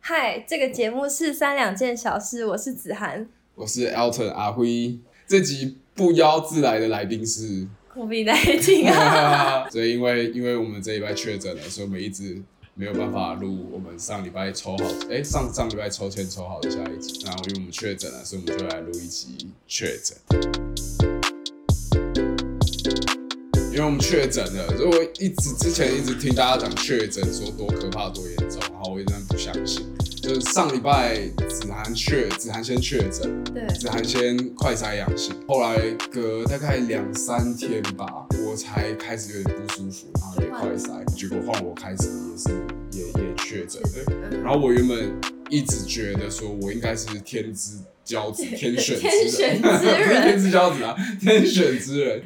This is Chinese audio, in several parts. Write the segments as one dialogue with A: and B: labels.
A: 嗨，这个节目是三两件小事，我是子涵。
B: 我是 Elton 阿辉。这集不邀自来的来宾是，
A: COVID 1 9啊，
B: 所以因为因为我们这礼拜确诊了，所以我们一直没有办法录我们上礼拜抽好，哎、上上礼拜抽签抽好的下一集。那因为我们确诊了，所以我们就来录一集确诊。因为我们确诊了，所以我一直之前一直听大家讲确诊说多可怕多严重，然后我一直不相信。就是上礼拜子涵确子涵先确诊，
A: 对，
B: 子涵先快筛阳性，后来隔大概两三天吧，我才开始有点不舒服，然后也快筛，结果换我开始也是也也确诊了。然后我原本一直觉得说我应该是天之骄子，天选
A: 天
B: 之
A: 选
B: 人，
A: 之人
B: 不是天之骄子啊，天选之人。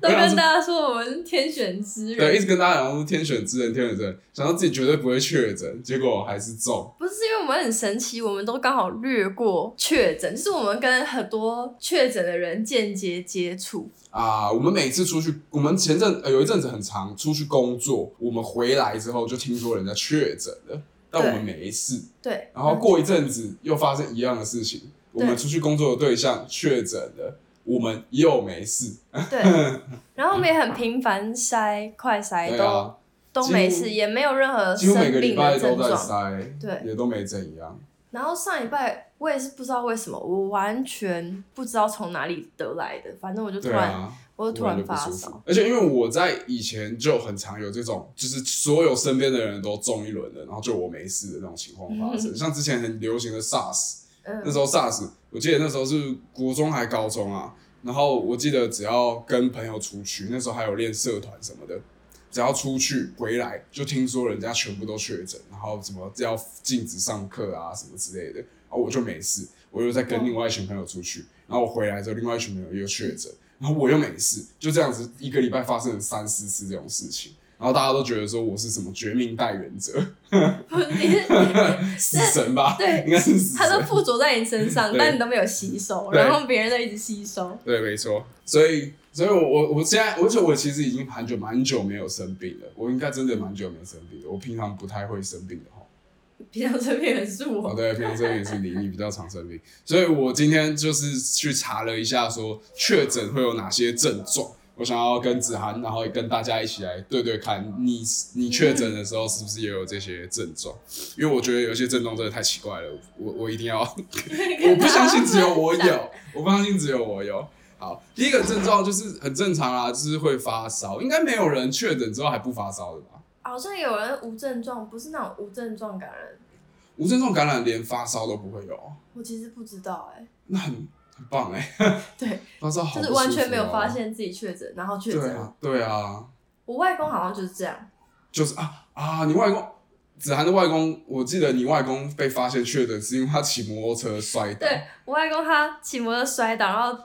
A: 都跟大家说我们是天选之
B: 对，一
A: 人，
B: 直跟大家讲说天选之人，天选之人，想到自己绝对不会确诊，结果还是中。
A: 不是因为我们很神奇，我们都刚好略过确诊，就是我们跟很多确诊的人间接接触，
B: 啊、我们每次出去，我们前阵、呃、有一阵子很长出去工作，我们回来之后就听说人家确诊了，但我们没事。
A: 对，
B: 然后过一阵子又发生一样的事情，我们出去工作的对象确诊了，我们又没事。
A: 嗯 对，然后我们也很频繁筛快筛，
B: 对
A: 都、
B: 啊，
A: 都
B: 几乎
A: 没事，也没有任何
B: 几乎每
A: 生
B: 个礼
A: 病
B: 拜
A: 的
B: 都
A: 症
B: 在
A: 状。
B: 塞，
A: 对
B: 也都没怎样。
A: 然后上礼拜我也是不知道为什么，我完全不知道从哪里得来的，反正我就突
B: 对
A: 然，
B: 啊，
A: 我就突
B: 我
A: 然
B: 就不
A: 发
B: 舒
A: 烧
B: 服。。而且因为我在以前就很常有这种，就是所有身边的人都中一轮了，然后就我没事的那种情况发生。像之前很流行的 SARS，
A: 嗯
B: 那时候 SARS，我记得那时候是国中还高中啊，然后我记得只要跟朋友出去，那时候还有练社团什么的，只要出去回来就听说人家全部都确诊，然后什么要禁止上课啊什么之类的，然后我就没事，我又在跟另外一群朋友出去，然后我回来之后，另外一群朋友又确诊，然后我又没事，就这样子一个礼拜发生了三四次这种事情。然后大家都觉得说我是什么绝命代言者，
A: 你是
B: 死神吧？
A: 对
B: 应该是死神。
A: 它都附着在你身上，
B: 对
A: 但你都没有吸收，
B: 对
A: 然后别人都一直吸收。
B: 对，没错。所以，所以我我我现在，而且我其实已经很久蛮久没有生病了。我应该真的蛮久没生病了。我平常不太会生病的哈。
A: 平常身边人是
B: 哦，
A: 我，
B: 对，平常生病也是你，你比较常生病。所以我今天就是去查了一下，说确诊会有哪些症状。我想要跟子涵，然后也跟大家一起来对对看你，你确诊的时候是不是也有这些症状？因为我觉得有些症状真的太奇怪了，我我一定要嗯 我不相信只有我有，我不相信只有我有。好，第一个症状就是很正常啦，就是会发烧，应该没有人确诊之后还不发烧的吧？
A: 好像有人无症状，不是那种无症状感染，
B: 无症状感染连发烧都不会有，
A: 我其实不知道哎、
B: 那很很棒哎、
A: 对，
B: 发烧好、
A: 就是完全没有发。现自己确诊，然后确
B: 哦对
A: 诊。
B: 啊，对啊，
A: 我外公好像就是这样，
B: 就是啊啊，你外公。子涵的外公，我记得你外公被发现确诊是因为他骑摩托车摔倒，
A: 对我外公他骑摩托车摔倒，然后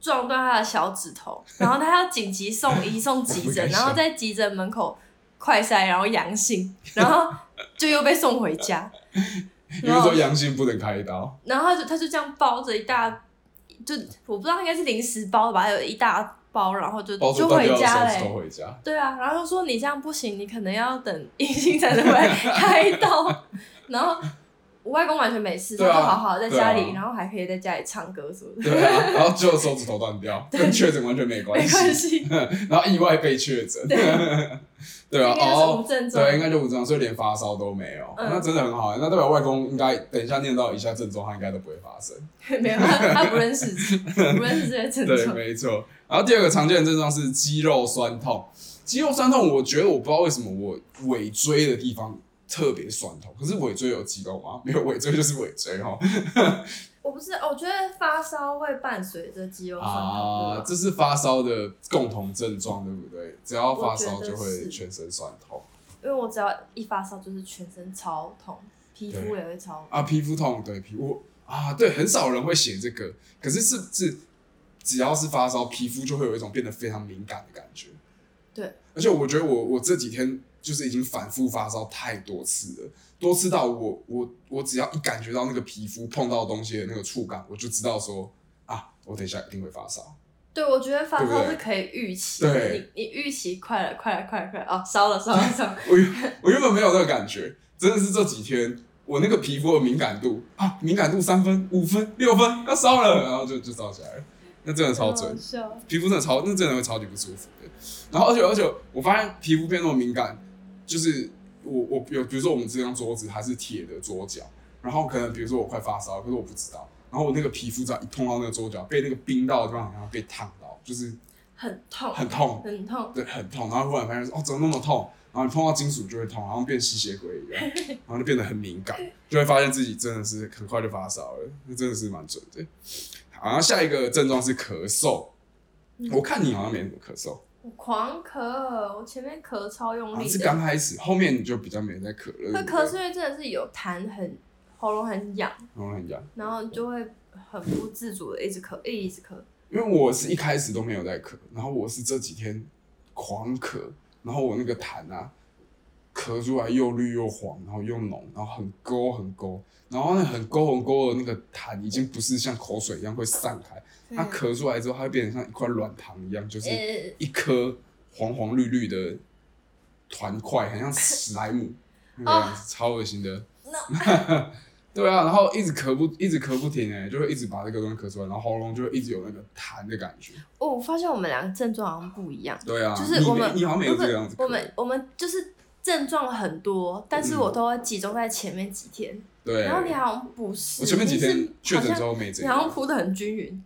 A: 撞断他的小指头， 然后他要紧急送医送急
B: 我不
A: 诊，
B: 敢
A: 然
B: 想
A: 后在急诊门口快筛，然后阳性，然后就又被送回 家，
B: 因为说阳性不能开刀，
A: 然后他就他就这样包着一大，就我不知道应该是零食包吧，有一大包，然后就
B: 包
A: 就
B: 住断
A: 回
B: 掉的
A: 家
B: 手
A: 嘞、
B: 指头回家。
A: 对啊，然后他说你这样不行，你可能要等阴性才能回来开刀。 然后我外公完全没事，他
B: 对啊
A: 就好好在家里，
B: 对啊
A: 然后还可以在家里唱歌什么的，
B: 对啊，然后就手指头断 掉，跟确诊完全没关
A: 没
B: 系。
A: 关系。
B: 然后意外被确诊，
A: 对，
B: 对啊，
A: 应该是无
B: 哦，
A: 症状。
B: 对，应该就无症状，所以连发烧都没有，
A: 嗯
B: 那真的很好、欸那代表外公应该等一下念到以下症状，他应该都不会发生。
A: 没有，他他不认识字， 不认识这些症
B: 对，
A: 状。
B: 没错。然后第二个常见的症状是肌肉酸痛，肌肉酸痛，我觉得我不知道为什么我尾椎的地方特别酸痛，可是尾椎有肌肉吗？ 没有，尾椎就是尾椎哦哈。
A: 我不是，哦我觉得发烧会伴随着肌肉酸痛
B: 啊，
A: 对吧。
B: 这是发烧的共同症状，对不对？只要发烧就
A: 我觉得
B: 会
A: 是
B: 全身酸痛。
A: 因为我只要一发烧，就是全身超痛，皮肤
B: 对
A: 也会超痛。
B: 啊，皮肤痛，对皮肤啊，对，很少人会写这个，可是是是，只要是发烧，皮肤就会有一种变得非常敏感的感觉。
A: 对，
B: 而且我觉得我我这几天就是已经反复发烧太多次了，多次到我我我只要一感觉到那个皮肤碰到东西的那个触感，我就知道说啊，我等一下一定会发烧。
A: 对，我觉得发
B: 对
A: 烧
B: 不对
A: 是可以预期的，
B: 对
A: 你你预期快了，快了，快了，快了，哦，烧了，烧了，烧了。
B: 我原我原本没有那个感觉，真的是这几天我那个皮肤的敏感度啊，敏感度三分、五分、六分，要烧了，然后就就烧起来了，那真 的超准
A: 好。笑
B: 皮肤真的超，那真的会超级不舒服的。然后而且而且，我发现皮肤变那么敏感，就是我我有比如说我们这张桌子它是铁的桌角，然后可能比如说我快发烧，可是我不知道，然后我那个皮肤只要一碰到那个桌角，被那个冰到的地方，然后被烫到，就是
A: 很痛，
B: 很痛，
A: 很痛，
B: 对，很痛。然后忽然发现说哦，怎么那么痛？然后你碰到金属就会痛，然后变吸血鬼 一样，然后就变得很敏感，就会发现自己真的是很快就发烧了，那真的是蛮准的。好，然后下一个症状是咳嗽，
A: 嗯
B: 我看你好像没什么咳嗽。
A: 我狂咳，我前面咳超用
B: 好像
A: 力
B: 啊是
A: 的，
B: 刚开始，后面你就比较没在咳
A: 会
B: 了。对不
A: 咳
B: 对
A: 是，因为真的是有痰很喉咙很痒，
B: 然后很痒。
A: 然后就会很不自主的一直咳，一直咳，
B: 因为我是一开始都没有在咳，然后我是这几天狂咳，然后我那个痰啊，咳出来又绿又黄，然后又浓，然后很勾很勾，然后那很勾很勾的那个痰已经不是像口水一样会散开，它咳出来之后，它会变成像一块软糖一样，就是
A: 呃，
B: 一颗黄黄绿绿的团块，很像史莱 姆那个
A: 哦
B: 样子，超恶心的。 对啊，然后一直咳不一直咳不停哎、就会一直把这个东西咳出来，然后喉咙就会一直有那个痰的感觉。
A: 哦，我发现我们两个症状好像不一样，
B: 对啊，
A: 就是
B: 你
A: 我
B: 没
A: 们
B: 你好像没有
A: 不是
B: 这个样子咳。
A: 我们我们就是症状很多，但是
B: 嗯
A: 我都会集中在前面几天，
B: 对，
A: 然后你好像不是，
B: 我前面几天确诊之
A: 后，
B: 后没这
A: 你好像
B: 样，
A: 哭的很均匀，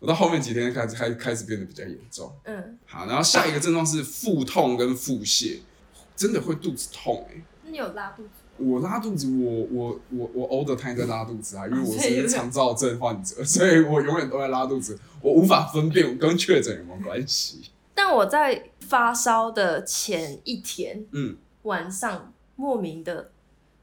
B: 我到后面几天开始开开始变得比较严重。
A: 嗯，
B: 好，然后下一个症状是腹痛跟腹泻，真的会肚子痛哎、
A: 那你有拉肚子？
B: 我拉肚子，我我我我 all the time 在拉肚子啊，因为我
A: 所以
B: 是肠燥症患者，所以我永远都在拉肚子，我无法分辨我跟确诊有没有关系。
A: 但我在发烧的前一天
B: 嗯，
A: 晚上莫名的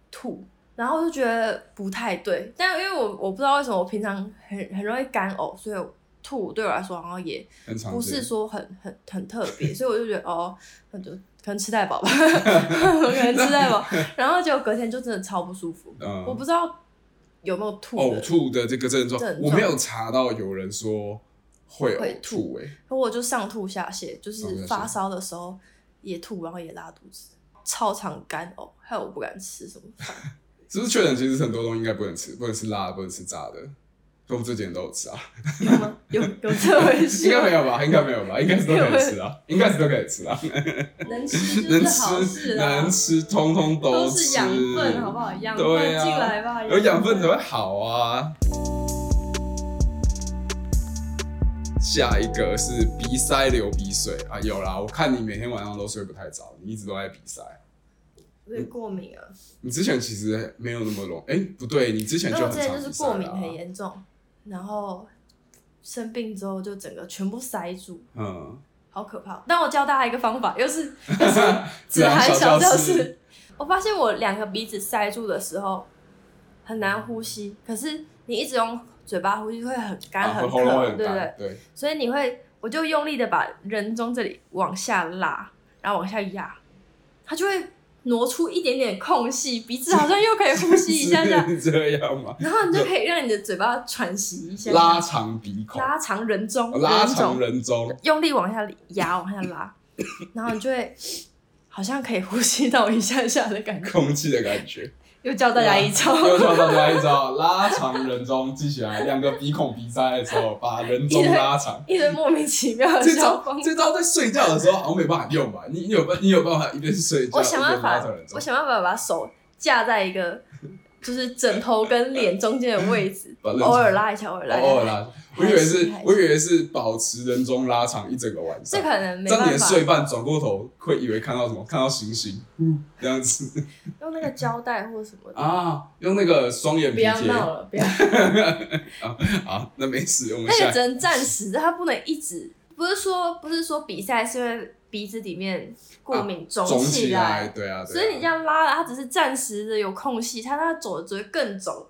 A: 吐，然后我就觉得不太对，但因为我我不知道为什么我平常很很容易干呕，所以吐对我来说好像也
B: 很常见。
A: 不是说很很很特别，所以我就觉得哦，那就可能吃太 饱吧，我可能吃太饱，然后结果隔天就真的超不舒服，
B: 嗯
A: 我不知道有没有吐的，
B: 呕吐的这个症状
A: 症，状
B: 我没有查到有人说会
A: 会
B: 呕吐、欸，哎，
A: 然后我就上吐下泻，就
B: 上吐
A: 是
B: 下泻
A: 发烧的时候也吐，然后也拉肚子，超常干呕，害我不敢吃什么饭。
B: 是不是确诊其实很多东西应该不能吃，不能吃辣的，不能吃炸的。所以我们这几天都有吃啊，
A: 有吗？有有这回
B: 应
A: 事
B: 该
A: 吗？
B: 没有吧？应该没有吧？应该是都可以吃啊，应该是都可以吃啊，
A: 能 吃就
B: 能
A: 是好事
B: 吃
A: 啦
B: 能，吃，通通
A: 都
B: 吃，
A: 是养分，好不好？养分
B: 对
A: 进
B: 啊
A: 来吧，
B: 有养分才会好啊。下一个是鼻塞流鼻水啊，有啦，我看你每天晚上都睡不太着，你一直都在鼻塞。
A: 有点过敏啊。
B: 你之前其实没有那么容，哎、不对，你之前
A: 因
B: 就
A: 为我
B: 很
A: 之前
B: 常
A: 哦就
B: 鼻
A: 是
B: 塞啦啊
A: 过敏很严重，然后生病之后就整个全部塞住，
B: 嗯，
A: 好可怕。但我教大家一个方法，又是又 是子
B: 自然
A: 涵
B: 小
A: 小
B: 教
A: 教
B: 室
A: 室。我发现我两个鼻子塞住的时候很难呼吸，可是你一直用嘴巴呼吸会很干、
B: 啊
A: 很
B: 喉咙会
A: 渴，
B: 很
A: 对不对
B: 干，？对，
A: 所以你会，我就用力的把人中这里往下拉，然后往下压，它就会挪出一点点空隙，鼻子好像又可以呼吸一下下，
B: 是这样吗？
A: 然后你就可以让你的嘴巴喘息一下下，
B: 拉长鼻孔，
A: 拉长人中，
B: 拉
A: 人
B: 长
A: 中，
B: 人中，
A: 用力往下压，往下 拉，然后你就会好像可以呼吸到一下下的感觉。
B: 空气的感觉。
A: 又教大家一招，
B: 又教大家一招，拉长人中，记起来，两个鼻孔鼻塞的时候，把人中拉长。
A: 一堆莫名其妙的
B: 这
A: 小
B: 招
A: 方。
B: 这招在睡觉的时候好像没办法用吧？你你有办你有办法一边睡觉
A: 我
B: 一边
A: 想办
B: 拉
A: 法
B: 长人，中
A: 我，想办法把手架在一个就是枕头跟脸中间的位置
B: ，把人中
A: 偶尔拉一下，偶尔拉一下。
B: 偶尔拉。我以为是
A: 还行
B: 我以为是保持人中拉长一整个晚
A: 这，
B: 上
A: 可能没
B: 这样
A: 办
B: 连
A: 法
B: 睡半转过头会以为看到什么，看到星星，嗯，这样子
A: 用那个胶带或什么的。
B: 啊，用那个双眼
A: 不
B: 皮
A: 要
B: 贴
A: 闹了，不 要，
B: 啊，那没事，我们
A: 那
B: 下
A: 个只能暂时，它不能一直。不是说不是说比赛是因为鼻子里面过敏肿
B: 啊肿
A: 起
B: 来，
A: 来，
B: 对啊，对啊
A: 所以你这样拉了，它只是暂时的有空隙，它它走着更 肿，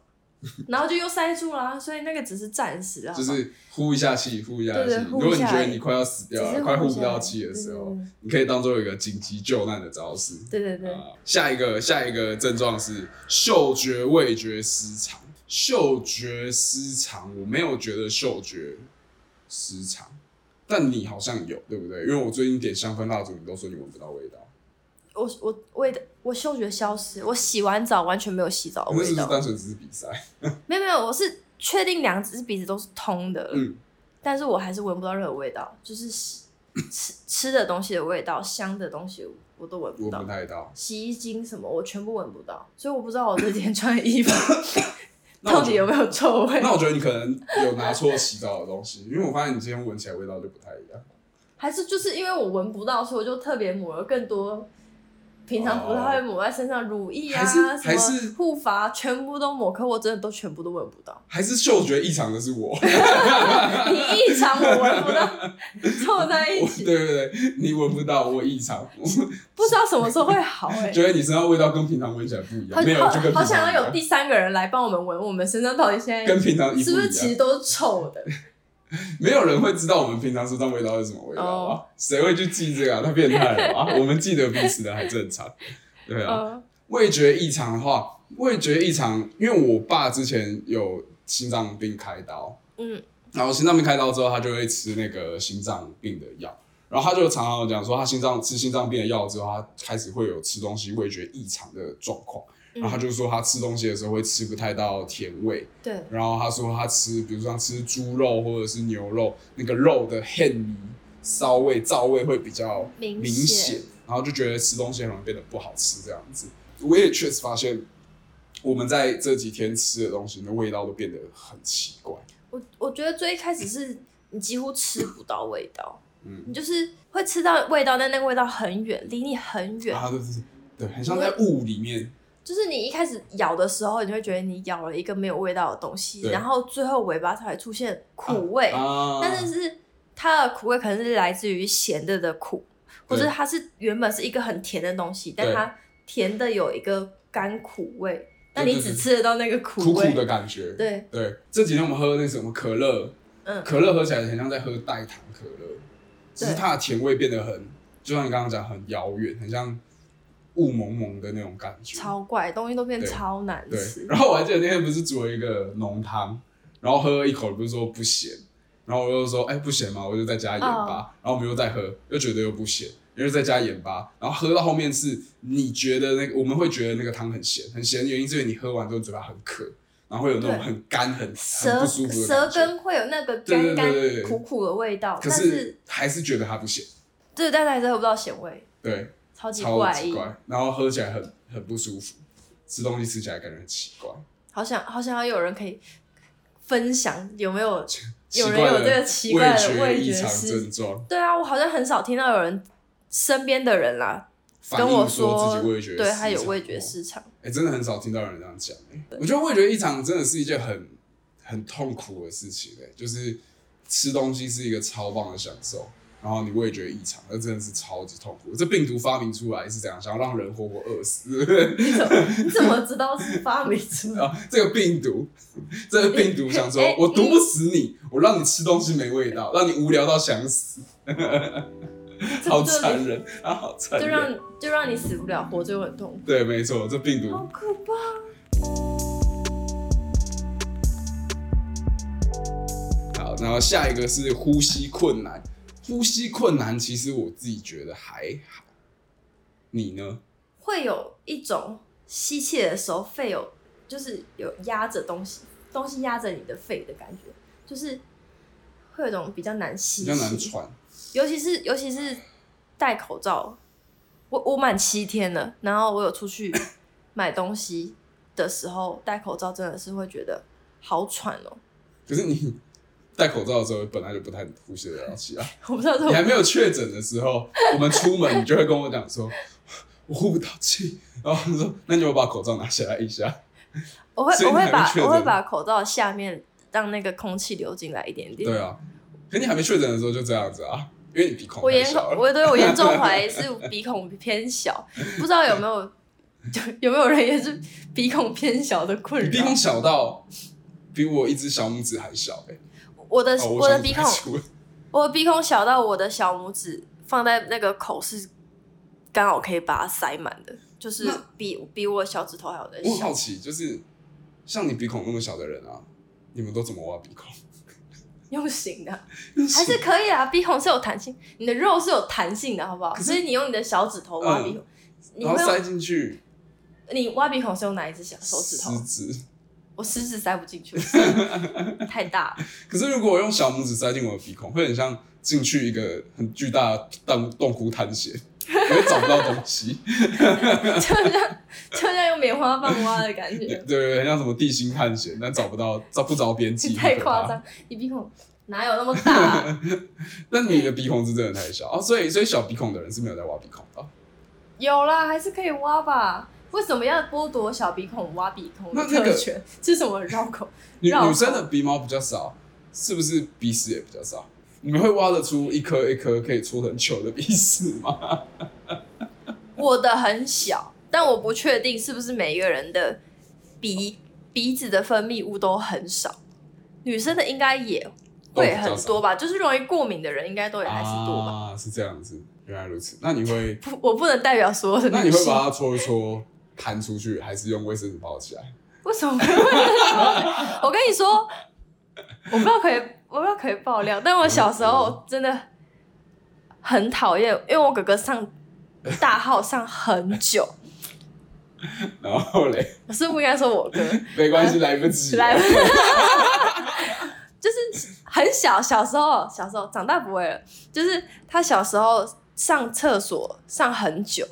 A: 然后就又塞住了，所以那个只是暂时啊，
B: 就是呼一下气，呼一下
A: 对
B: 气
A: 对。
B: 如
A: 呼一下
B: 果你觉得你快要死掉
A: 只
B: 了，
A: 是
B: 快
A: 呼
B: 呼
A: 一
B: 不
A: 下
B: 到气的时候
A: 嗯，
B: 你可以当做一个紧急救难的招式。
A: 对对对，
B: 啊下一个下一个症状是嗅觉味觉失常。嗅觉失常，我没有觉得嗅觉失常，但你好像有，对不对？因为我最近点香氛蜡烛，你都说你闻不到味道。
A: 我我味道我嗅觉消失，我洗完澡完全没有洗澡的
B: 那是
A: 哦味
B: 不是
A: 道，
B: 单纯只是比赛？
A: 没有没有，我是确定两只鼻子都是通的，
B: 嗯，
A: 但是我还是闻不到任何味道，就是洗吃 吃的东西的味道，香的东西我都闻不
B: 闻
A: 到
B: 不，太到。
A: 洗衣精什么我全部闻不到，所以我不知道我这几天穿的衣服
B: 那我
A: 到
B: 觉
A: 底
B: 得
A: 有没有臭味，
B: 那我觉得你可能有拿错洗澡的东西，因为我发现你今天闻起来味道就不太一样。
A: 还是就是因为我闻不到，所以我就特别抹了更多。平常不太会抹在身上乳液啊，
B: 还是还
A: 什
B: 是
A: 么护发，全部都抹，可我真的都全部都闻不到。
B: 还是嗅觉异常的是 我，
A: 你异常我闻不到，凑在一
B: 我
A: 起，
B: 对对对，你闻不到，我 异常，我
A: 不知道什么时候会好哎、
B: 觉得你身上味道跟平常闻起来不一样，没
A: 很
B: 有就跟
A: 好，
B: 平
A: 好
B: 常
A: 想
B: 一
A: 要
B: 样
A: 有第三个人来帮我们闻我们身上到底现在
B: 跟平常一
A: 是
B: 不
A: 不是
B: 一
A: 其
B: 样，
A: 实都是臭的。
B: 没有人会知道我们平常身上味道是什么味道
A: 哦
B: 啊，谁会去记这个啊？太变态了吧？我们记得彼此的还正常，对啊，
A: 嗯
B: 味觉异常的话，味觉异常，因为我爸之前有心脏病开刀，
A: 嗯，
B: 然后心脏病开刀之后，他就会吃那个心脏病的药，然后他就常常讲说，他心脏吃心脏病的药之后，他开始会有吃东西味觉异常的状况，然后他
A: 嗯，
B: 就说他吃东西的时候会吃不太到甜味，
A: 对，
B: 然后他说他吃，比如说像吃猪肉或者是牛肉，那个肉的黑泥骚味、燥味会比较
A: 明
B: 明
A: 显
B: 显，然后就觉得吃东西很容易变得不好吃这样子。我也确实发现，我们在这几天吃的东西，那味道都变得很奇怪。
A: 我我觉得最一开始是你几乎吃不到味道，
B: 嗯
A: 你就是会吃到味道，但那个味道很远，离你很远，
B: 啊，对对对，对，很像在雾里面。
A: 就是你一开始咬的时候，你会觉得你咬了一个没有味道的东西，
B: 对
A: 然后最后尾巴才会出现苦味，
B: 啊，
A: 但是是它的苦味可能是来自于咸的的苦，或
B: 对
A: 者它是原本是一个很甜的东西，但
B: 对
A: 它甜的有一个甘苦味，但
B: 对
A: 你
B: 对
A: 只
B: 对
A: 吃得到那个苦
B: 苦
A: 味。
B: 苦的感觉。
A: 对，
B: 对，这几天我们喝那什么可乐，
A: 嗯
B: 可乐喝起来很像在喝代糖可乐，只是它的甜味变得很，就像你刚刚讲，很遥远，很像雾蒙蒙的那种感觉。
A: 超怪，东西都变
B: 对
A: 超难
B: 对
A: 吃，。
B: 然后我还记得那天不是煮了一个浓汤，然后喝了一口，不是说不咸，然后我就说，哎、不咸嘛，我就再加盐
A: 哦
B: 吧。然后我们又再喝，又觉得又不咸，又再加盐巴。然后喝到后面是，你觉得那个我们会觉得那个汤很咸，很咸的原因是因为你喝完之后嘴巴很渴，然后会有那种
A: 对
B: 很干、很很
A: 舌
B: 不舒服的
A: 舌
B: 感觉。
A: 根会有那个
B: 对
A: 干
B: 对
A: 干
B: 对对对
A: 苦苦的味道，
B: 可
A: 但
B: 是
A: 是
B: 还是觉得它不咸，
A: 对，但是还是喝不到咸味，
B: 对，
A: 超级
B: 超
A: 怪
B: 级
A: 异。
B: 怪。然后喝起来很很不舒服，吃东西吃起来感觉很奇怪。
A: 好想好想要有人可以分享有没有有
B: 奇
A: 人
B: 怪
A: 有
B: 的
A: 这个奇怪的
B: 味
A: 味
B: 异
A: 觉
B: 常
A: 失
B: 症状，
A: 对啊，我好像很少听到有人身边的人啦
B: 反
A: 跟
B: 映
A: 我
B: 说自己味觉
A: 对
B: 失
A: 他有
B: 常
A: 味觉失常。
B: 哎、真的很少听到有人这样讲、欸。我觉得味觉异常真的是一件很很痛苦的事情、欸，就是吃东西是一个超棒的享受，然后你味觉异常，那真的是超级痛苦。这病毒发明出来是怎样？想要让人活活饿死？
A: 你怎么你怎么知道是发明出来？
B: 啊，这个病毒，这个病毒想说
A: 哎，
B: 我毒不死你，我让你吃东西没味道，让你无聊到想死，
A: 这
B: 好
A: 不就
B: 残忍啊，好残
A: 就
B: 忍。
A: 让就让你死不了，活着又很痛
B: 对，没错，这病
A: 苦，好
B: 毒
A: 可怕。
B: 好，然后下一个是呼吸困难。呼吸困难，其实我自己觉得还好。你呢？
A: 会有一种吸气的时候肺有就是有压着东西，东西压着你的肺的感觉，就是会有一种比较难吸
B: 比
A: 气，
B: 较难喘。
A: 尤其是尤其是戴口罩，我我满七天了，然后我有出 去买东西的时候戴口罩，真的是会觉得好喘哦、
B: 可是你戴口罩的时候，本来就不太呼吸得了气 啊。
A: 我不知道怎
B: 你还
A: 么，
B: 没有确诊的时候，我们出门，你就会跟我讲说， 我呼不到气。然后他说，那你就把口罩拿下来一下。
A: 我会
B: 所以
A: 我会
B: 你还没
A: 把
B: 确诊
A: 我会把口罩下面让那个空气流进来一点点。
B: 对啊，可你还没确诊的时候就这样子啊，因为你鼻孔
A: 我
B: 太
A: 严
B: 小
A: 重，
B: 了。
A: 我对我严重怀疑是鼻孔偏小，不知道有没有 有没有人也是鼻孔偏小的困
B: 你鼻
A: 扰
B: 孔。小到比我一只小拇指还小哎、
A: 我的、
B: 哦，
A: 呃我的
B: 小拇指
A: 鼻
B: 太
A: 孔，
B: 粗了
A: 我的鼻孔小到我的小拇指放在那个口是刚好可以把它塞满的，就是
B: 那
A: 比比我的小指头还要再
B: 我很
A: 小。
B: 好奇，就是像你鼻孔那么小的人啊，你们都怎么挖鼻孔？
A: 用型的还是可以啊，鼻孔是有弹性，你的肉是有弹性的，好不好？
B: 可是
A: 所以你用你的小指头挖
B: 嗯
A: 鼻孔，你
B: 然后
A: 会
B: 塞
A: 用
B: 进去
A: 你挖鼻孔是用哪一只小手指头
B: 食？指。
A: 我食指塞不进 去，太大了。
B: 可是如果我用小拇指塞进我的鼻孔，会很像进去一个很巨大的洞洞窟探险，我会找不到东西。
A: 就像就像用棉花棒挖的感
B: 对
A: 觉，
B: 对，很像什么地心探险，但找不到，找不着边际，
A: 太
B: 很可怕
A: 夸。张。你鼻孔哪有那么大啊、
B: 但你的鼻孔是真的太小哦，所以所以小鼻孔的人是没有在挖鼻孔的哦。
A: 有啦，还是可以挖吧？为什么要剥夺小鼻孔挖鼻孔的
B: 那那个
A: 特权？这是什么绕口？
B: 女
A: 绕口
B: 女生的鼻毛比较少，是不是鼻屎也比较少？你们会挖得出一颗一颗可以搓成球的鼻屎吗？
A: 我的很小，但我不确定是不是每一个人的鼻鼻子的分泌物都很少。女生的应该也会很多
B: 哦
A: 吧，就是容易过敏的人应该都也还是多吧。
B: 啊，是这样子，原来如此。那 你会，
A: 不，我不能代表所有的
B: 那你
A: 女
B: 会
A: 性。
B: 把它搓一搓，弹出去，还是用卫生纸包起来？
A: 为什么会问？我跟你说，我不知道可以，我不知道可以爆料，但我小时候真的很讨厌，因为我哥哥上大号上很久，
B: 然后嘞，
A: 我是不应该说我哥，
B: 没关系，来不及 了，
A: 来，就是很小，小时候，小时候长大不会了。就是他小时候上厕所上很久，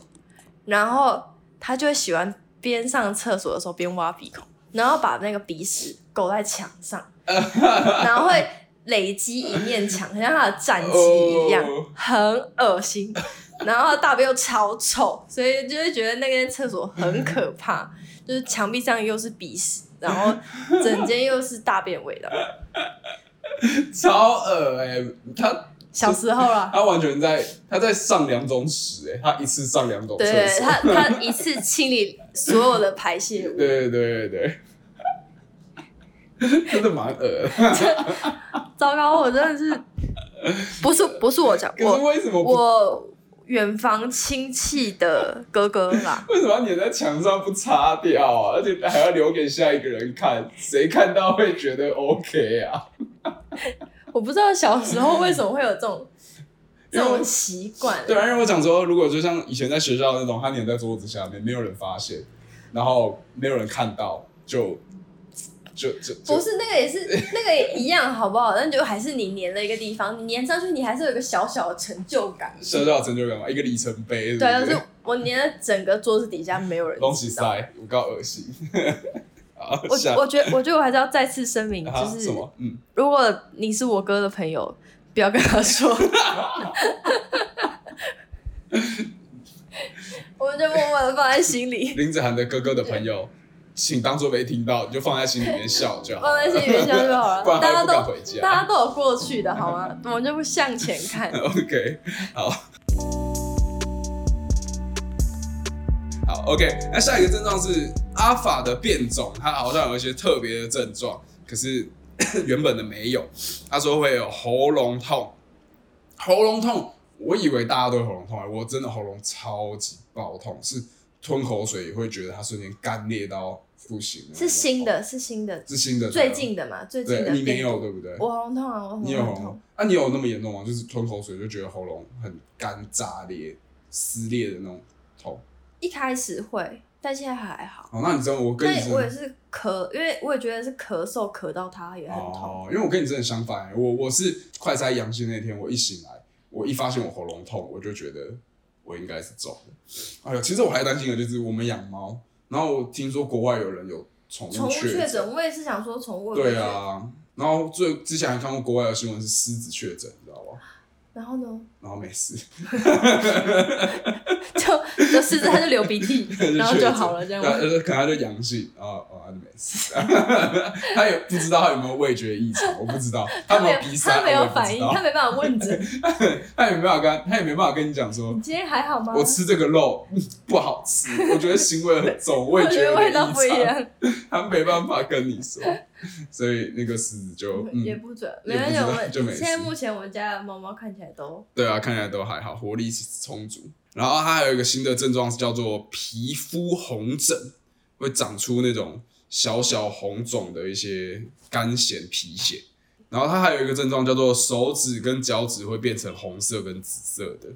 A: 然后他就会喜欢边上厕所的时候边挖鼻孔，然后把那个鼻屎勾在墙上，然后会累积一面墙，很像他的战绩一样
B: 哦，
A: 很恶心。然后大便又超臭，所以就会觉得那间厕所很可怕，就是墙壁上又是鼻屎，然后整间又是大便味道。
B: 超恶哎、他
A: 小时候啊啦，
B: 他完全在他在上两种屎哎、他一次上两种厕
A: 对
B: 所，
A: 他他一次清理所有的排泄物，
B: 对对对 对对，真的蛮恶的。
A: 糟糕，我真的 是不是不是我讲，
B: 可是
A: 我
B: 为什么不
A: 我远房亲戚的哥哥 啦，
B: 为什么要粘在墙上不擦掉啊？而且还要留给下一个人看，谁看到会觉得 OK 啊？
A: 我不知道小时候为什么会有这种
B: 因
A: 这
B: 为我
A: 种习惯，
B: 对啊，因为我想说，如果就像以前在学校那种，他粘在桌子下面，没有人发现，然后没有人看到，就就就就
A: 不是那个也 是那个也一样，好不好？但就还是你粘了一个地方，你粘上去，你还是有一个小小的成就感。
B: 小小的成就感嘛，一个里程碑，
A: 对啊，
B: 不
A: 但是我粘在整个桌子底下，没有人
B: 东西
A: 知道。
B: 塞，我告恶心。好，
A: 我
B: 下
A: 我觉得，我觉得我还是要再次声明，
B: 啊
A: 就是
B: 什么？嗯，
A: 如果你是我哥的朋友，不要跟他 说。我们就默默的放在心里，
B: 林子涵的哥哥的朋友，请当做没听到，你就放在心里面笑就好
A: 放
B: 了，
A: 在心里面笑就好
B: 不
A: 了。
B: 然
A: 大家
B: 他也不敢
A: 都
B: 回家。
A: 呃大家都有过去的好吗？我们就不向前 看。
B: OK，好。好，OK，那下一个症状是阿法的变种，它好像有一些特别的症状，可是 原本的没有。他说会有喉咙痛，喉咙痛，我以为大家都有喉咙痛，我真的喉咙超级爆痛，是吞口水也会觉得它瞬间干裂到不行。
A: 是新，的，是新的，
B: 是新的，
A: 最近的嘛，最近
B: 对
A: 的
B: 你没
A: 变
B: 有
A: 动。
B: 对不对？
A: 我喉咙痛啊，我喉
B: 你有喉
A: 咙
B: 咙
A: 痛
B: 痛。？啊，你有那么严重吗？就是吞口水就觉得喉咙很干、炸裂、撕裂的那种痛。
A: 一开始会，但现在还好。
B: 哦，那你知道我跟你
A: 但
B: 真
A: 我也
B: 的
A: 是咳，因为我也觉得是咳嗽咳到它也很痛。
B: 哦，因为我跟你真的相反、欸我我是快筛阳性那天，我一醒来，我一发现我喉咙痛，我就觉得我应该是中了。哎呦，其实我还担心的就是我们养猫，然后我听说国外有人有宠
A: 宠
B: 物
A: 物确
B: 诊，
A: 诊，我也是想说宠物。
B: 对，啊，然后最之前还看过国外的新闻是狮子确诊，你知道吗？
A: 然后呢？
B: 然后没事，，
A: 就就是它就流鼻涕 然后就好了，这样
B: 对啊
A: 吗。
B: 就是可能他就阳性，啊啊，就没事。 他也不知道他有没有味觉异常，我不知道。有没
A: 没
B: 有
A: 有
B: 鼻，塞，
A: 他没
B: 我
A: 有
B: 也不知
A: 反应，
B: 道
A: 他没办法问诊。
B: 他也没办法跟，他也没办法跟你讲说
A: 你，今天还好吗？
B: 我吃这个肉嗯不好吃，我觉得腥味很重，
A: 我
B: 味
A: 觉
B: 觉
A: 得
B: 有
A: 味
B: 点
A: 道不一
B: 异常，
A: 样，
B: 他没办法跟你说，所以那个狮子就
A: 也
B: 嗯，
A: 不准。
B: 也
A: 没关系，
B: 不知道
A: 我们
B: 就没事
A: 现在目前我们家的猫猫看起来都
B: 对啊，看起来都还好，活力充足。然后它还有一个新的症状是叫做皮肤红疹，会长出那种小小红肿的一些干癣皮癣。然后它还有一个症状叫做手指跟脚趾会变成红色跟紫色的，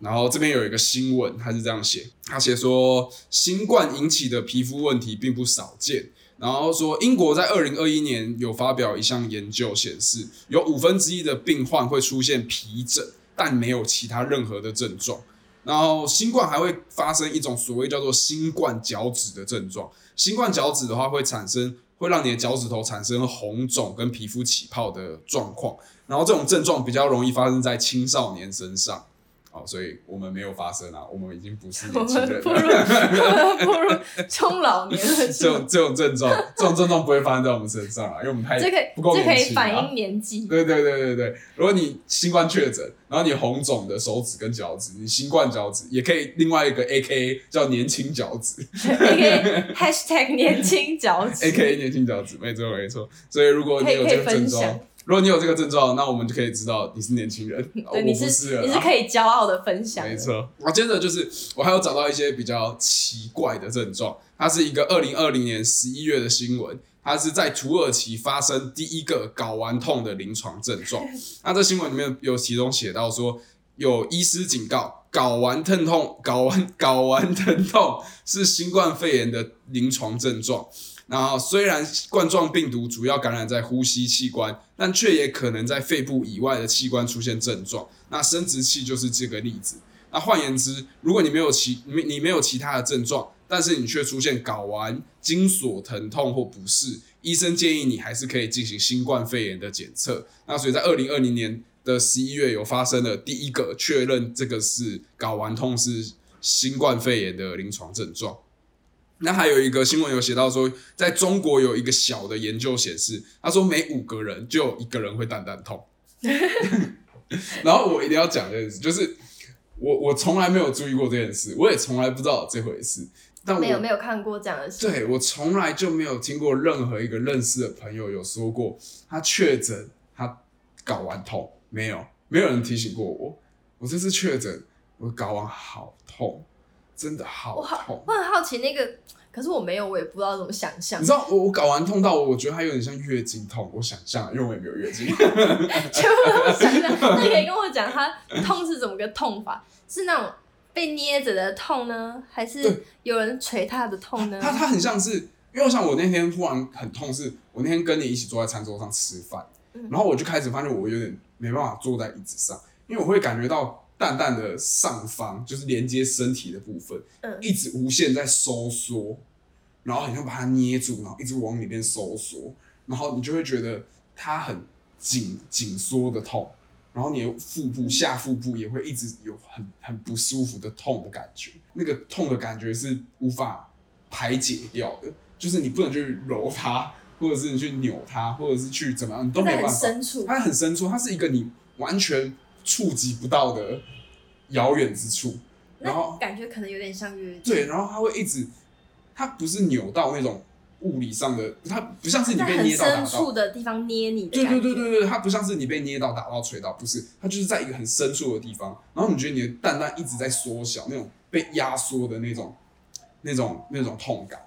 B: 然后这边有一个新闻，他是这样写，他写说新冠引起的皮肤问题并不少见。然后说，英国在二零二一年有发表一项研究显示，有五分之一的病患会出现皮疹，但没有其他任何的症状。然后新冠还会发生一种所谓叫做新冠脚趾的症状。新冠脚趾的话会产生，会让你的脚趾头产生红肿跟皮肤起泡的状况。然后这种症状比较容易发生在青少年身上。哦，所以我们没有发生啊，我们已经不是
A: 我
B: 年轻人
A: 们
B: 了。
A: 步入步入 中老 年了，
B: 这
A: 是吗
B: 种 这种症状，这种症状不会发生在我们身上啊，因为我们太
A: 这可以
B: 不够
A: 这可
B: 年
A: 以
B: 轻啊
A: 反映年纪。
B: 对对对对对，如果你新冠确诊，然后你红肿的手指跟脚趾，你新冠脚趾也可以另外一个 A K A 叫年轻脚 趾
A: A K hashtag 年轻脚
B: ，A
A: 趾
B: K A 年轻脚趾，没错没错。所以如果你
A: 可以
B: 有
A: 可以
B: 这个症
A: 分享
B: 状，如果你有这个症状，那我们就可以知道你是年轻人，我
A: 对，你
B: 不是啊了
A: 你是
B: 啦。
A: 可以骄傲的分享的，
B: 没错，我接着就是我还有找到一些比较奇怪的症状，它是一个二零二零年十一月的新闻，它是在土耳其发生第一个睾丸痛的临床症 状。那这新闻里面有其中写到说，有医师警告，睾丸疼痛、睾丸睾丸疼痛是新冠肺炎的临床症状。然后，虽然冠状病毒主要感染在呼吸器官，但却也可能在肺部以外的器官出现症状。那生殖器就是这个例子。那换言之，如果你没有其你你没有其他的症状，但是你却出现睾丸、经索疼痛或不适，医生建议你还是可以进行新冠肺炎的检测。那所以在二零二零年的十一月有发生了第一个确认这个是睾丸痛是新冠肺炎的临床症状。那还有一个新闻有写到说，在中国有一个小的研究显示，他说每五个人就有一个人会蛋蛋痛。 然后我一定要讲的就是，我我从来没有注意过这件事，我也从来不知道有这回事。但我
A: 没有没有看过这样的事，
B: 对我从来就没有听过任何一个认识的朋友有说过他确诊，他睾丸痛，没有，没有人提醒过我。我这次确诊，我睾丸好痛，真的好
A: 我好
B: 痛。
A: 我很好奇那个，可是我没有，我也不知道怎么想象
B: 你知，道我我睾丸痛到我觉得它有点像月经痛，我想象，因为我也没有月经。
A: 全部都想象。那你可以跟我讲它痛是怎么个痛法？是那种被捏着的痛呢，还是
B: 对
A: 有人捶他的痛呢？
B: 它它很像是，因为我想我那天忽然很痛是，我那天跟你一起坐在餐桌上吃饭，
A: 嗯
B: 然后我就开始发现我有点没办法坐在椅子上，因为我会感觉到淡淡的上方就是连接身体的部分
A: 嗯，
B: 一直无限在收缩，然后很像把它捏住，然后一直往里面收缩，然后你就会觉得它很紧紧缩的痛。然后你的腹部、下腹部也会一直有很很不舒服的痛的感觉，那个痛的感觉是无法排解掉的，就是你不能去揉它，或者是你去扭它，或者是去怎么样，你都
A: 它
B: 没
A: 在
B: 办
A: 很
B: 法。
A: 深处，
B: 它很深处，它是一个你完全触及不到的遥远之处。
A: 那
B: 然后
A: 感觉可能有点像月经，
B: 对，然后它会一直，它不是扭到那种物理上的，它不像是你
A: 在
B: 被
A: 很
B: 捏到
A: 深
B: 打到
A: 处，的地方捏你的
B: 对
A: 感
B: 对
A: 觉。
B: 对对对，它不像是你被捏到、打到、捶到，不是，它就是在一个很深处的地方，然后你觉得你的蛋蛋一直在缩小，那种被压缩的那种、那种、那种痛感。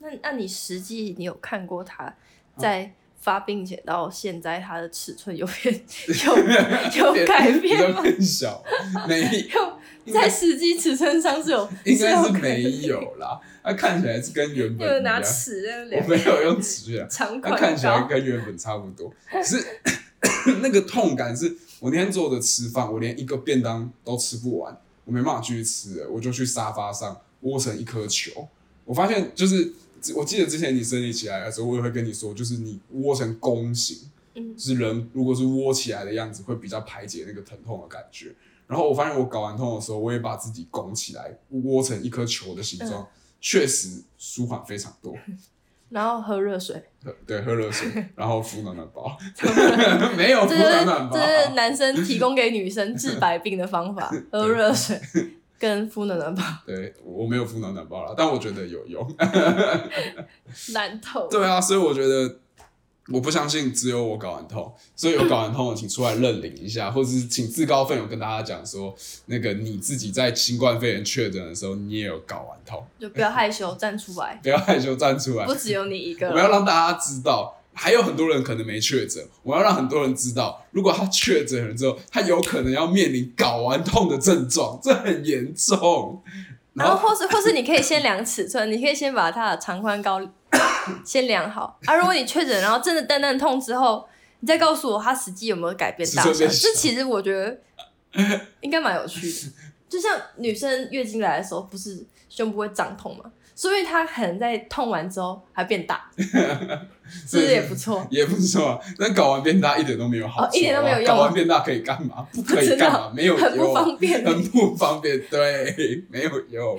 A: 那那你实际你有看过他在发病前到现在他的尺寸有变有 有改
B: 比较
A: 变吗？
B: 更小，没
A: 有在实际尺寸上是有
B: 应该是
A: 有改
B: 没
A: 变
B: 有啦，它看起来是跟 原
A: 有
B: 本一
A: 拿
B: 样，
A: 尺在
B: 我
A: 量
B: 没有用尺啊，
A: 长
B: 它
A: 宽
B: 看起来
A: 高，
B: 跟原本差不多，可是 那个痛感是，我那天坐着吃饭，我连一个便当都吃不完，我没办法继续吃了，我就去沙发上窝成一颗球。我发现就是，我记得之前你生理起来的时候，我也会跟你说，就是你窝成弓形，
A: 嗯
B: 就是人如果是窝起来的样子，会比较排解那个疼痛的感觉。然后我发现我睾丸痛的时候，我也把自己拱起来，窝成一颗球的形状，确、实舒缓非常多。
A: 然后喝热水，
B: 对，喝热水，然后敷暖暖 包，没有
A: 这
B: 敷
A: 就是
B: 暖暖包，
A: 这是男生提供给女生治百病的方 法，喝热水跟敷暖暖包，
B: 对我没有敷暖暖包啦，但我觉得有用。
A: 烂透。
B: 对啊，所以我觉得我不相信只有我睾丸痛，所以有睾丸痛的请出来认领一下，或者是请自告奋勇跟大家讲说，那个你自己在新冠肺炎确诊的时候，你也有睾丸痛，
A: 就不要害羞，站出来，
B: 不要害羞站出来
A: 不，只有你一个人。
B: 我们要让大家知道，还有很多人可能没确诊，我要让很多人知道，如果他确诊了之后，他有可能要面临睾丸痛的症状，这很严重。然
A: 然后
B: 后
A: 哦或是或是你可以先量尺寸，你可以先把它的长宽高 先量好啊。如果你确诊，然后真的蛋蛋痛之后，你再告诉我它实际有没有改变大
B: 尺
A: 小。
B: 寸变小
A: 这其实我觉得应该蛮有趣的。就像女生月经来的时候，不是胸部会胀痛吗？说明她可能在痛完之后还变大，是不是也不错？
B: 也不错啊，但睾丸变大一点都没有好处、
A: 哦一点都没有用啊
B: 睾丸变大可以干嘛？不可
A: 不
B: 以
A: 知道
B: 干嘛？没有用，
A: 很不方便
B: 很不方便，对，没有用，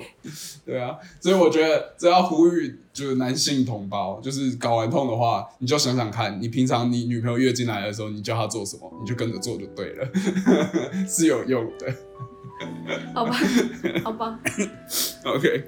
B: 对啊，所以我觉得这要呼吁就是男性同胞，就是睾丸痛的话，你就想想看，你平常你女朋友月经来的时候，你叫她做什么，你就跟着做就对了， 是有用的。
A: 好吧，好吧，
B: OK。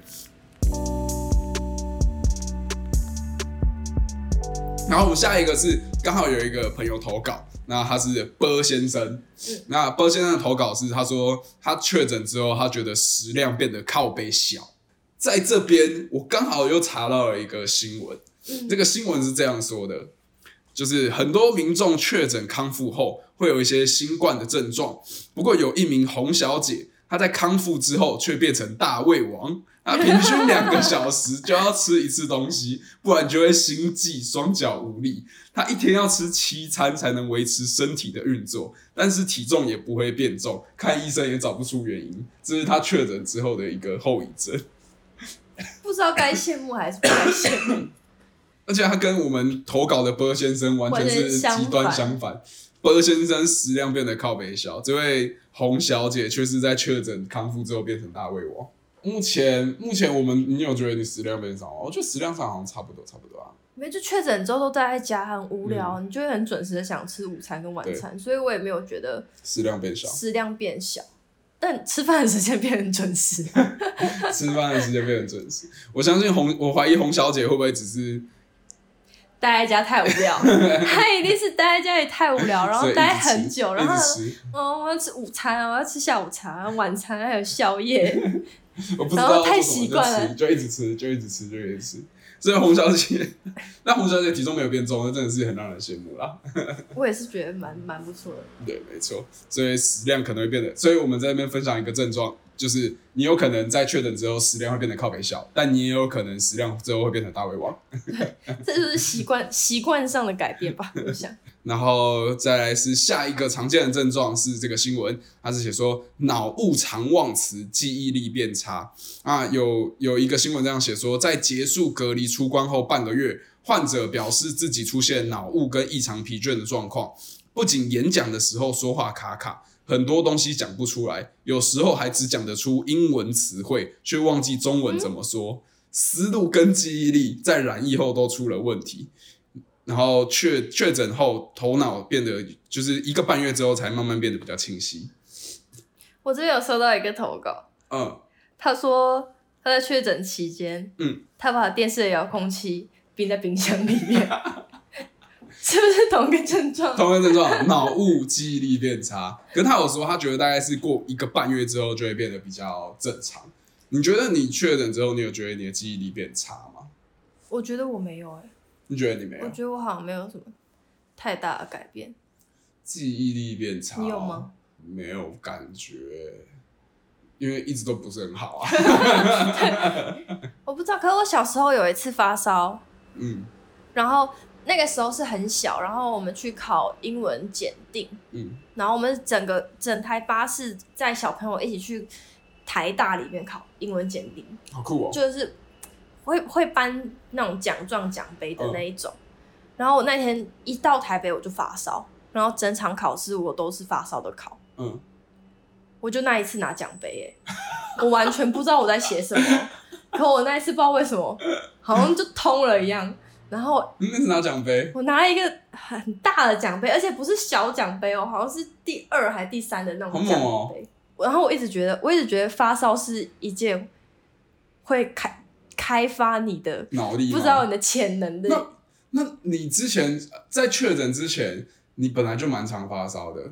B: 然后我们下一个是刚好有一个朋友投稿，那他是波先生，那波先生的投稿是他说他确诊之后，他觉得食量变得靠背小。在这边，我刚好又查到了一个新闻，这个新闻是这样说的，就是很多民众确诊康复后会有一些新冠的症状，不过有一名洪小姐，她在康复之后却变成大胃王，她平均两个小时就要吃一次东西，不然就会心悸、双脚无力。她一天要吃七餐才能维持身体的运作，但是体重也不会变重，看医生也找不出原因，这是她确诊之后的一个后遗症。
A: 不知道该羡慕还是不该羡慕。
B: 而且他跟我们投稿的波先生完全是极
A: 完全
B: 端相
A: 相
B: 反。波先生食量变得靠北小，这位洪小姐却是在确诊康复之后变成大胃王。目前目前我们，你有觉得你食量变少吗？我觉得食量上好像差不多，差不多啊。
A: 没就确诊之后都待在家很无聊，
B: 嗯
A: 你就会很准时的想吃午餐跟晚餐，所以我也没有觉得
B: 食 量变小，
A: 食量变小，但吃饭的时间变很准时。
B: 吃饭的时间变得准时。我相信洪，我怀疑洪小姐会不会只是
A: 待在家太无聊， 她一定是待在家里太无聊，然后
B: 所以一直
A: 待
B: 吃
A: 很久，然
B: 一
A: 后
B: 直吃。
A: 哦，我要吃午餐，我要吃下午茶、啊晚餐，还有宵夜。
B: 我不知
A: 然
B: 道
A: 后
B: 要
A: 太
B: 做什么
A: 习
B: 就
A: 惯
B: 吃
A: 了
B: 就一直吃，就一直吃，就一直吃。所以洪小姐， 那洪小姐体重没有变重，那真的是很让人羡慕啦。
A: 我也是觉得蛮蛮不错的。
B: 对，没错，所以食量可能会变得，所以我们在那边分享一个症状，就是你有可能在确诊之后食量会变得靠北小，但你也有可能食量之后会变成大胃王。
A: 这就是习惯习惯上的改变吧，我想。
B: 然后再来是下一个常见的症状是这个新闻，它是写说脑雾常忘词，记忆力变差啊。有有一个新闻这样写说，在结束隔离出关后半个月，患者表示自己出现脑雾跟异常疲倦的状况，不仅演讲的时候说话卡卡，很多东西讲不出来，有时候还只讲得出英文词汇，却忘记中文怎么说。思路跟记忆力在染疫后都出了问题，然后确确诊后，头脑变得就是一个半月之后才慢慢变得比较清晰。
A: 我这边有收到一个投稿，
B: 嗯，
A: 他说他在确诊期间，
B: 嗯，
A: 他把电视的遥控器冰在冰箱里面， 是不是同一个症状？
B: 同样症状，脑雾、记忆力变差。可是他有说，他觉得大概是过一个半月之后就会变得比较正常。你觉得你确诊之后，你有觉得你的记忆力变差吗？
A: 我觉得我没有哎、
B: 你觉得你没
A: 我
B: 有？
A: 觉得我好像没有什么太大的改变。
B: 记忆力变差？哦
A: 你有吗？
B: 没有感觉，因为一直都不是很好啊。
A: 我不知道，可是我小时候有一次发烧，
B: 嗯
A: 然后那个时候是很小，然后我们去考英文检定，
B: 嗯
A: 然后我们整个整台巴士在小朋友一起去台大里面考英文检定，
B: 好酷哦！
A: 就是会会颁那种奖状、奖杯
B: 嗯
A: 的那一种。然后我那天一到台北我就发烧，然后整场考试我都是发烧的考，
B: 嗯，
A: 我就那一次拿奖杯、欸，我完全不知道我在写什么，可我那一次不知道为什么，好像就通了一样。然后
B: 嗯那是拿奖杯，
A: 我拿了一个很大的奖杯，而且不是小奖杯哦，好像是第二还第三的那种奖
B: 好猛哦
A: 杯。然后我一直觉得，我一直觉得发烧是一件会开开发你的
B: 脑力吗
A: 不知道你的潜能
B: 那
A: 的。
B: 那你之前呃在确诊之前，你本来就蛮常发烧的。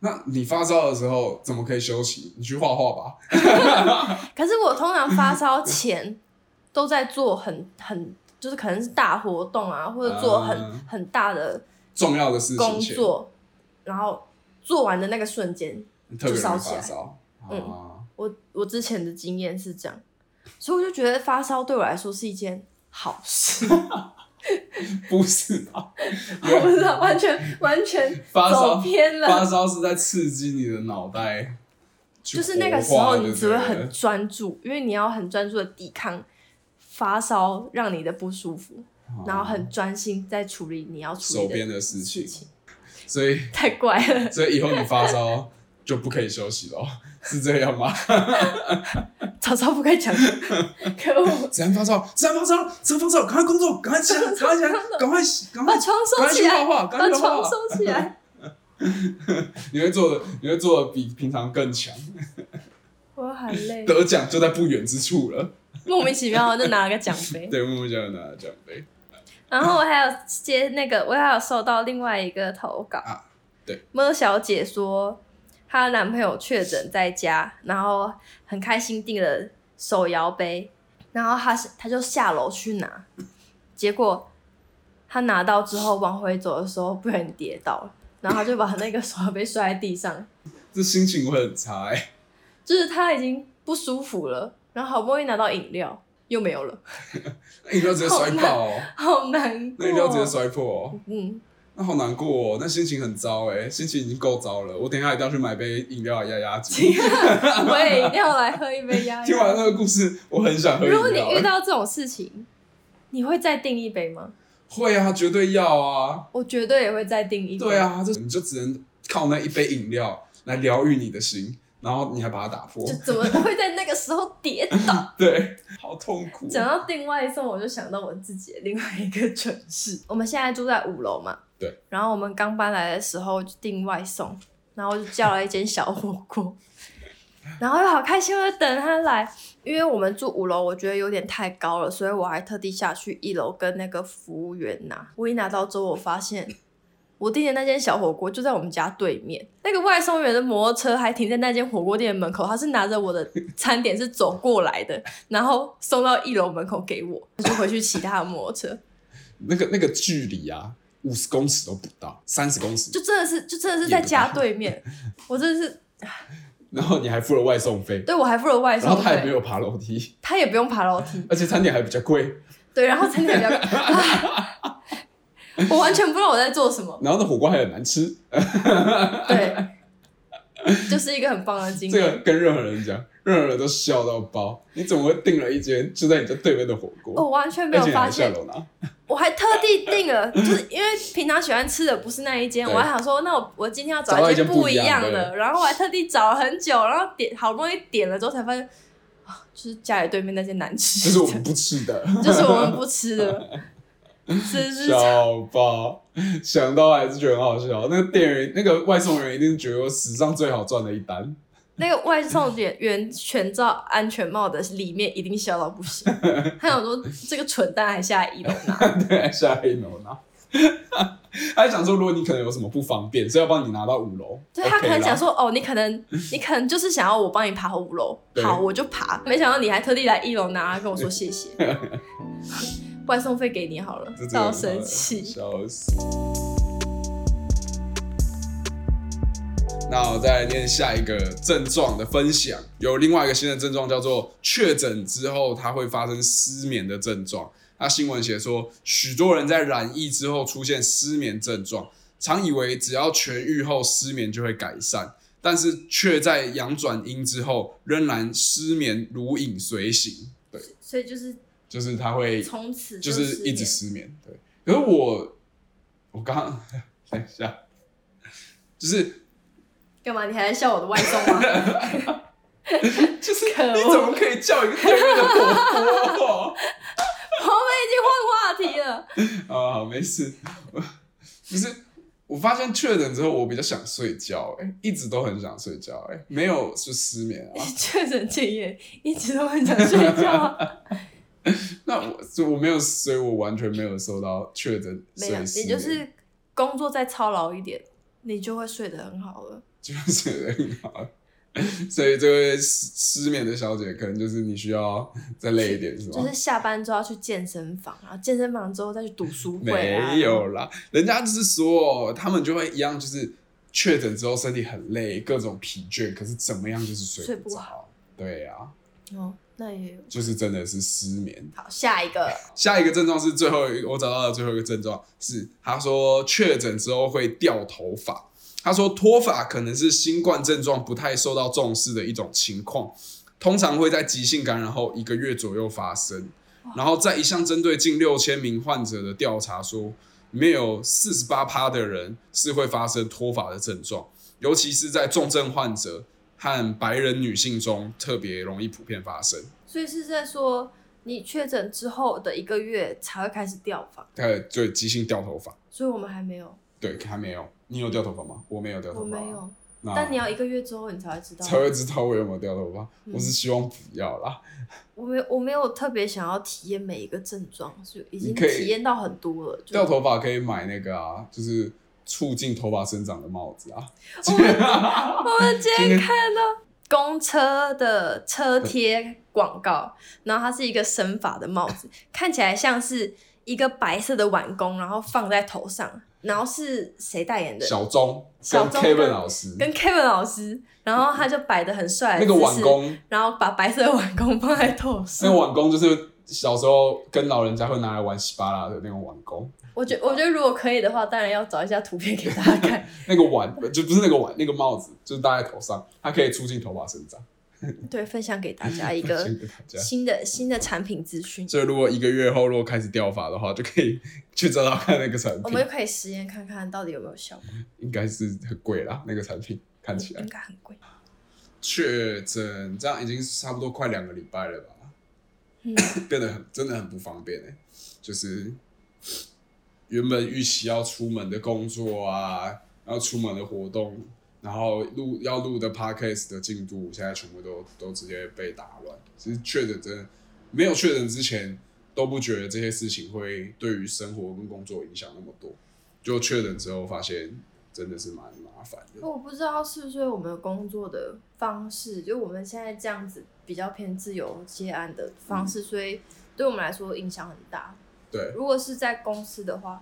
B: 那你发烧的时候怎么可以休息？你去画画吧。
A: 可是我通常发烧前都在做很很就是可能是大活动啊，或者做很、
B: 嗯
A: 很大的
B: 重要的事情
A: 工
B: 前
A: 作，然后做完的那个瞬间，
B: 特别容易
A: 就烧起
B: 发
A: 来嗯
B: 烧。啊，
A: 我我之前的经验是这样，所以我就觉得发烧对我来说是一件好 事，
B: 不是 啊吧？
A: 我不知道完全完全
B: 发
A: 走
B: 烧
A: 偏
B: 发
A: 了，
B: 烧是在刺激你的脑袋，
A: 就是那个时候你只会很专注，因为你要很专注的抵抗发烧让你的不舒服，然后很专心在处理你要处
B: 哦啊手
A: 理
B: 边
A: 的
B: 的事
A: 事
B: 情，
A: 情，
B: 所以
A: 太怪了，
B: 所以以后你发烧就不可以休息咯，是这样吗？
A: 早知道不该讲， 可恶，
B: 自然发烧，自然发烧，自然发烧，赶快工作，赶 快起来，赶快起来，赶快洗，赶快
A: 把。床收
B: 啊赶快
A: 起
B: 去
A: 来
B: 画，画，
A: 把
B: 赶快去画
A: 床
B: 画。
A: 收起来。
B: 你会做的，你会做的比平常更强。
A: 我很 累，
B: 得奖就在不远之处了。
A: 莫名其妙就拿了个奖杯。
B: 对，默默就要拿奖杯。
A: 然后我还有接那个，我还有收到另外一个投稿，
B: 啊对，
A: 莫小姐说她男朋友确诊在家，然后很开心订了手摇杯，然后她是她就下楼去拿，结果她拿到之后往回走的时候不小心跌倒了，然后她就把那个手摇杯摔在地上，
B: 这心情会很差哎、
A: 就是她已经不舒服了，然后好不容易拿到饮料又没有了，
B: 那饮料直接摔爆、哦，
A: 好难过
B: 那饮料直接，摔破、哦，
A: 嗯。
B: 那好难过哦，那心情很糟哎、心情已经够糟了。我等一下一定要去买杯饮料来压压惊。
A: 我也一定要来喝一杯鸭
B: 听完
A: 鸭。
B: 那个故事，我很想喝 饮
A: 如果你
B: 料、
A: 遇
B: 欸。
A: 到这种事情，你会再订一杯吗？
B: 会啊，绝对要啊。
A: 我绝对也会再订一杯。
B: 对，啊，这你就只能靠那一杯饮料来疗愈你的心，然后你还把它打破
A: 就，怎么会在那个时候跌倒？
B: 对，好痛苦。哦
A: 讲到订外送，我就想到我自己的另外一个蠢事。我们现在住在五楼嘛，
B: 对。
A: 然后我们刚搬来的时候就订外送，然后就叫了一间小火锅，然后又好开心的等他来，因为我们住五楼，我觉得有点太高了，所以我还特地下去一楼跟那个服务员拿。我一拿到之后，我发现我订的那间小火锅就在我们家对面，那个外送员的摩托车还停在那间火锅店的门口，他是拿着我的餐点是走过来的，然后送到一楼门口给我，我就回去骑他的摩托车，
B: 那个那个距离啊，五十公尺都不到，三十公尺，
A: 就真的是就真的是在家对面，我真的是
B: 然后你还付了外送费，
A: 对我还付了外
B: 然
A: 送
B: 后他也没
A: 费，嗯
B: 有爬楼梯，
A: 他也不用爬楼梯，
B: 而且餐点还比较贵。
A: 对，然后餐点比较唉 我完全不知道我在做什么，
B: 然后那火锅还很难吃，
A: 对，就是一个很棒的经
B: 这
A: 验。
B: 个跟任何人讲，任何人都笑到爆。你怎么会订了一间就在你家对面的火锅？
A: 哦我完全没
B: 而
A: 有
B: 且你
A: 发
B: 还下
A: 现，
B: 楼拿，
A: 我还特地订 了，就是因为平常喜欢吃的不是那一间，
B: 嗯对
A: 我还想说，那我我今天要
B: 找到
A: 一
B: 一间不
A: 不
B: 一样
A: 样
B: 的
A: 的，然后我还特地找了很久，然后点好不容易点了之后才发现，啊，就是家里对面那间难吃，
B: 这是我们不吃的，
A: 就是我们不吃 的，真是
B: 笑爆！想到还是觉得很好笑。那个店
A: 嗯
B: 员、那个外送员一定觉得我史上最好赚的一单。
A: 那个外送员员全罩安全帽的里面一定笑到不行，他想说这个蠢蛋还下来一楼拿，
B: 对，下黑楼 拿。他还想说，如果你可能有什么不方便，所以要帮你拿到五楼。
A: 对他可
B: OK
A: 能
B: 啦
A: 想，说哦，你可能你可能就是想要我帮你爬五楼，
B: 对
A: 好我就爬，没想到你还特地来一楼拿，跟我说谢 谢，外送费给你好了
B: 这，真的
A: 好
B: 很
A: 生
B: 好
A: 气。
B: 笑死。那我再来念下一个症状的分享，有另外一个新的症状叫做确诊之后，它会发生失眠的症状。那新闻写说，许多人在染疫之后出现失眠症状，常以为只要痊愈后失眠就会改善，但是却在阳转阴之后仍然失眠如影随形。对，
A: 所以就是
B: 就是它会
A: 从此
B: 就是一直
A: 失
B: 失眠。对，可是我我刚刚 等一下，就是
A: 眠干嘛？你还在笑我的外送吗？
B: 就是
A: 可恶
B: 你怎么可以叫一个对面的火 锅？哦
A: 我们已经换话题了，
B: 啊，好没事，我不是。我发现确诊之后，我比较想睡觉、欸，一直都很想睡觉、欸，没有就失眠啊。
A: 确诊戒烟一直都很想睡觉啊。
B: 那我所以我没有，所以我完全没有受到确诊，
A: 没有，
B: 所以失
A: 你就
B: 眠
A: 是工作再操劳一点，你就会睡得很好了。
B: 就是很好。 所以这位失失眠的小姐，可能就是你需要再累一点，是吗？
A: 就是下班之后要去健身房，然后健身房之后再去读书会啊。
B: 没有啦，人家就是说，他们就会一样，就是确诊之后身体很累，各种疲倦，可是怎么样就是睡
A: 睡
B: 不
A: 不
B: 着。
A: 好
B: 对啊，
A: 哦，那也有。
B: 就是真的是失眠。
A: 好，下一个
B: 下一个症状是最后一个，我找到的最后一个症状是，他说确诊之后会掉头发。他说脱发可能是新冠症状不太受到重视的一种情况，通常会在急性感染后一个月左右发生。然后在一项针对近六千名患者的调查说，里面有四十八趴的人是会发生脱发的症状，尤其是在重症患者和白人女性中特别容易普遍发生。
A: 所以是在说你确诊之后的一个月才会开始掉发，
B: 对，对，呃急性掉头发。
A: 所以我们还没有，
B: 对，还没有。你有掉头发吗？我没有掉头
A: 我
B: 发。
A: 没。有。
B: 那
A: 但你要一个月之后你才会知 道。
B: 才会知道我有没有掉头发。
A: 嗯
B: 我是希望不要啦。
A: 我没我没有特别想要体验每一个症状，所以已经
B: 你可以
A: 体验到很多了。就
B: 掉头发可以买那个啊，就是促进头发生长的帽子啊。
A: 哦 我们今
B: 今天
A: 天看到公车的车贴广告，然后它是一个神法的帽子，看起来像是一个白色的碗弓，然后放在头上，然后是谁代言的？
B: 小钟跟
A: 小钟跟
B: Kevin 老师，
A: 跟 Kevin 老师，然后他就摆的很帅的
B: 那个
A: 姿
B: 碗
A: 势，
B: 工，
A: 然后把白色的碗弓放在头
B: 那
A: 上
B: 个。碗工就是小时候跟老人家会拿来玩稀巴拉的那种碗工。
A: 我觉我觉得如果可以的话，当然要找一下图片给大家 看。
B: 那个碗就不是那个碗，那个帽子就是戴在头上，它可以促进头发生长。
A: 对，分享给大家一个
B: 谢谢大家。
A: 新的新的产品资讯，
B: 所以如果一个月后如果开始掉发的话，就可以 去找找看那个产
A: 我
B: 品
A: 们。就可以实验看看到底有没有效果。
B: 应该是很贵啦，那个产品看起来
A: 应。该很贵。
B: 确诊这样已经差不多快两个礼拜了吧，
A: 嗯
B: 变得很真的很不方便哎、就是原本预期要出门的工作啊，要出门的活动，然后录要录的 podcast 的进度，现在全部都都直接被打乱。其实确诊真的没有确诊之前都不觉得这些事情会对于生活跟工作影响那么多，就确诊之后发现真的是蛮麻烦的。
A: 我不知道是不是我们工作的方式，就我们现在这样子比较偏自由接案的方
B: 嗯
A: 式，所以对我们来说影响很大。
B: 对，
A: 如果是在公司的话，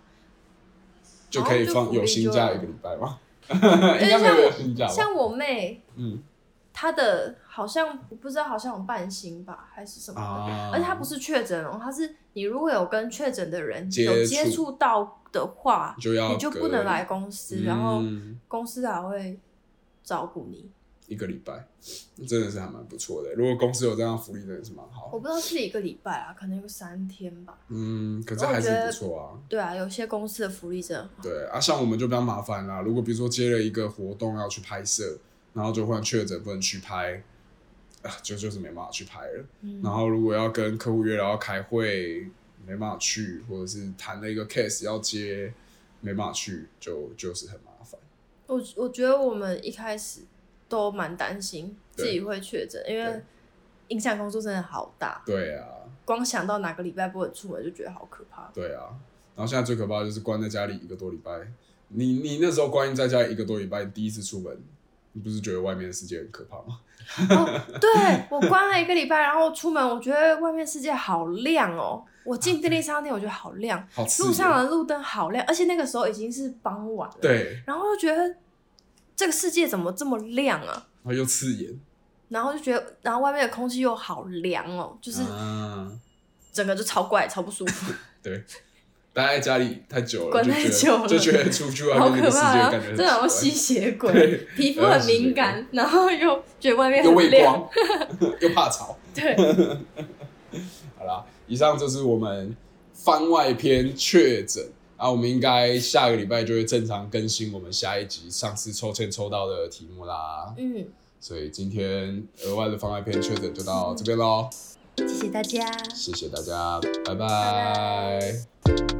B: 就可以放有薪假一个礼拜吗？ 应该没有有薪假吧？
A: 像我妹，
B: 嗯
A: 她的好像我不知道，好像有半薪吧，还是什么的。
B: 啊
A: 而且她不是确诊哦，她是你如果有跟确诊的人
B: 接
A: 有
B: 触
A: 接触到的话，
B: 就要
A: 你就不能来公司，然后
B: 嗯
A: 公司还会照顾你。
B: 一个礼拜，真的是还蛮不错的。如果公司有这样的福利，真的是蛮好
A: 我
B: 的。
A: 不知道是一个礼拜啊，可能有三天吧。
B: 嗯，可是还是不错啊。
A: 对啊，有些公司的福利真的很好。
B: 对啊，像我们就比较麻烦啦。如果比如说接了一个活动要去拍摄，然后就忽然确诊不能去拍，啊，就就是没办法去拍了。
A: 嗯
B: 然后如果要跟客户约了要开会，没办法去，或者是谈了一个 case 要接，没办法去，就就是很麻烦。
A: 我我觉得我们一开始都蛮担心
B: 对
A: 自己会确诊，因为
B: 对
A: 影响工作真的好大，
B: 对啊，
A: 光想到哪个礼拜不能出门就觉得好可 怕。
B: 对啊，然后现在最可怕的就是关在家里一个多礼拜。你你那时候关在家里一个多礼拜，你第一次出门，你不是觉得外面的世界很可怕吗？
A: 哦，对我关了一个礼拜，然后出门，我觉得外面世界好亮哦。我
B: 啊
A: 进便利商店，我觉得好亮，
B: 好刺
A: 路
B: 眼
A: 上的路灯好亮，而且那个时候已经是傍晚了。，
B: 对，然
A: 然后就觉得这个世界怎么这么亮啊？
B: 后又刺眼，
A: 然后就觉得，然后外面的空气又好凉哦，就是
B: 啊，
A: 整个就超怪、超不舒服。
B: 对，待在家里太久了，
A: 关
B: 就
A: 太
B: 觉
A: 久了
B: 得就觉得出去外
A: 好
B: 面那
A: 可
B: 个世界
A: 怕啊！
B: 感觉
A: 真
B: 很奇
A: 的好像
B: 怪
A: 吸血鬼
B: 对，
A: 皮肤很敏感，然后又觉得外面
B: 又
A: 很
B: 畏
A: 亮。
B: 光， 又怕吵。
A: 对，
B: 好啦，以上就是我们番外篇确诊。啊，我们应该下个礼拜就会正常更新我们下一集上次抽签抽到的题目啦。
A: 嗯，
B: 所以今天额外的番外篇确诊就到这边喽，
A: 谢谢大家。
B: 谢谢大家，拜
A: 拜
B: 拜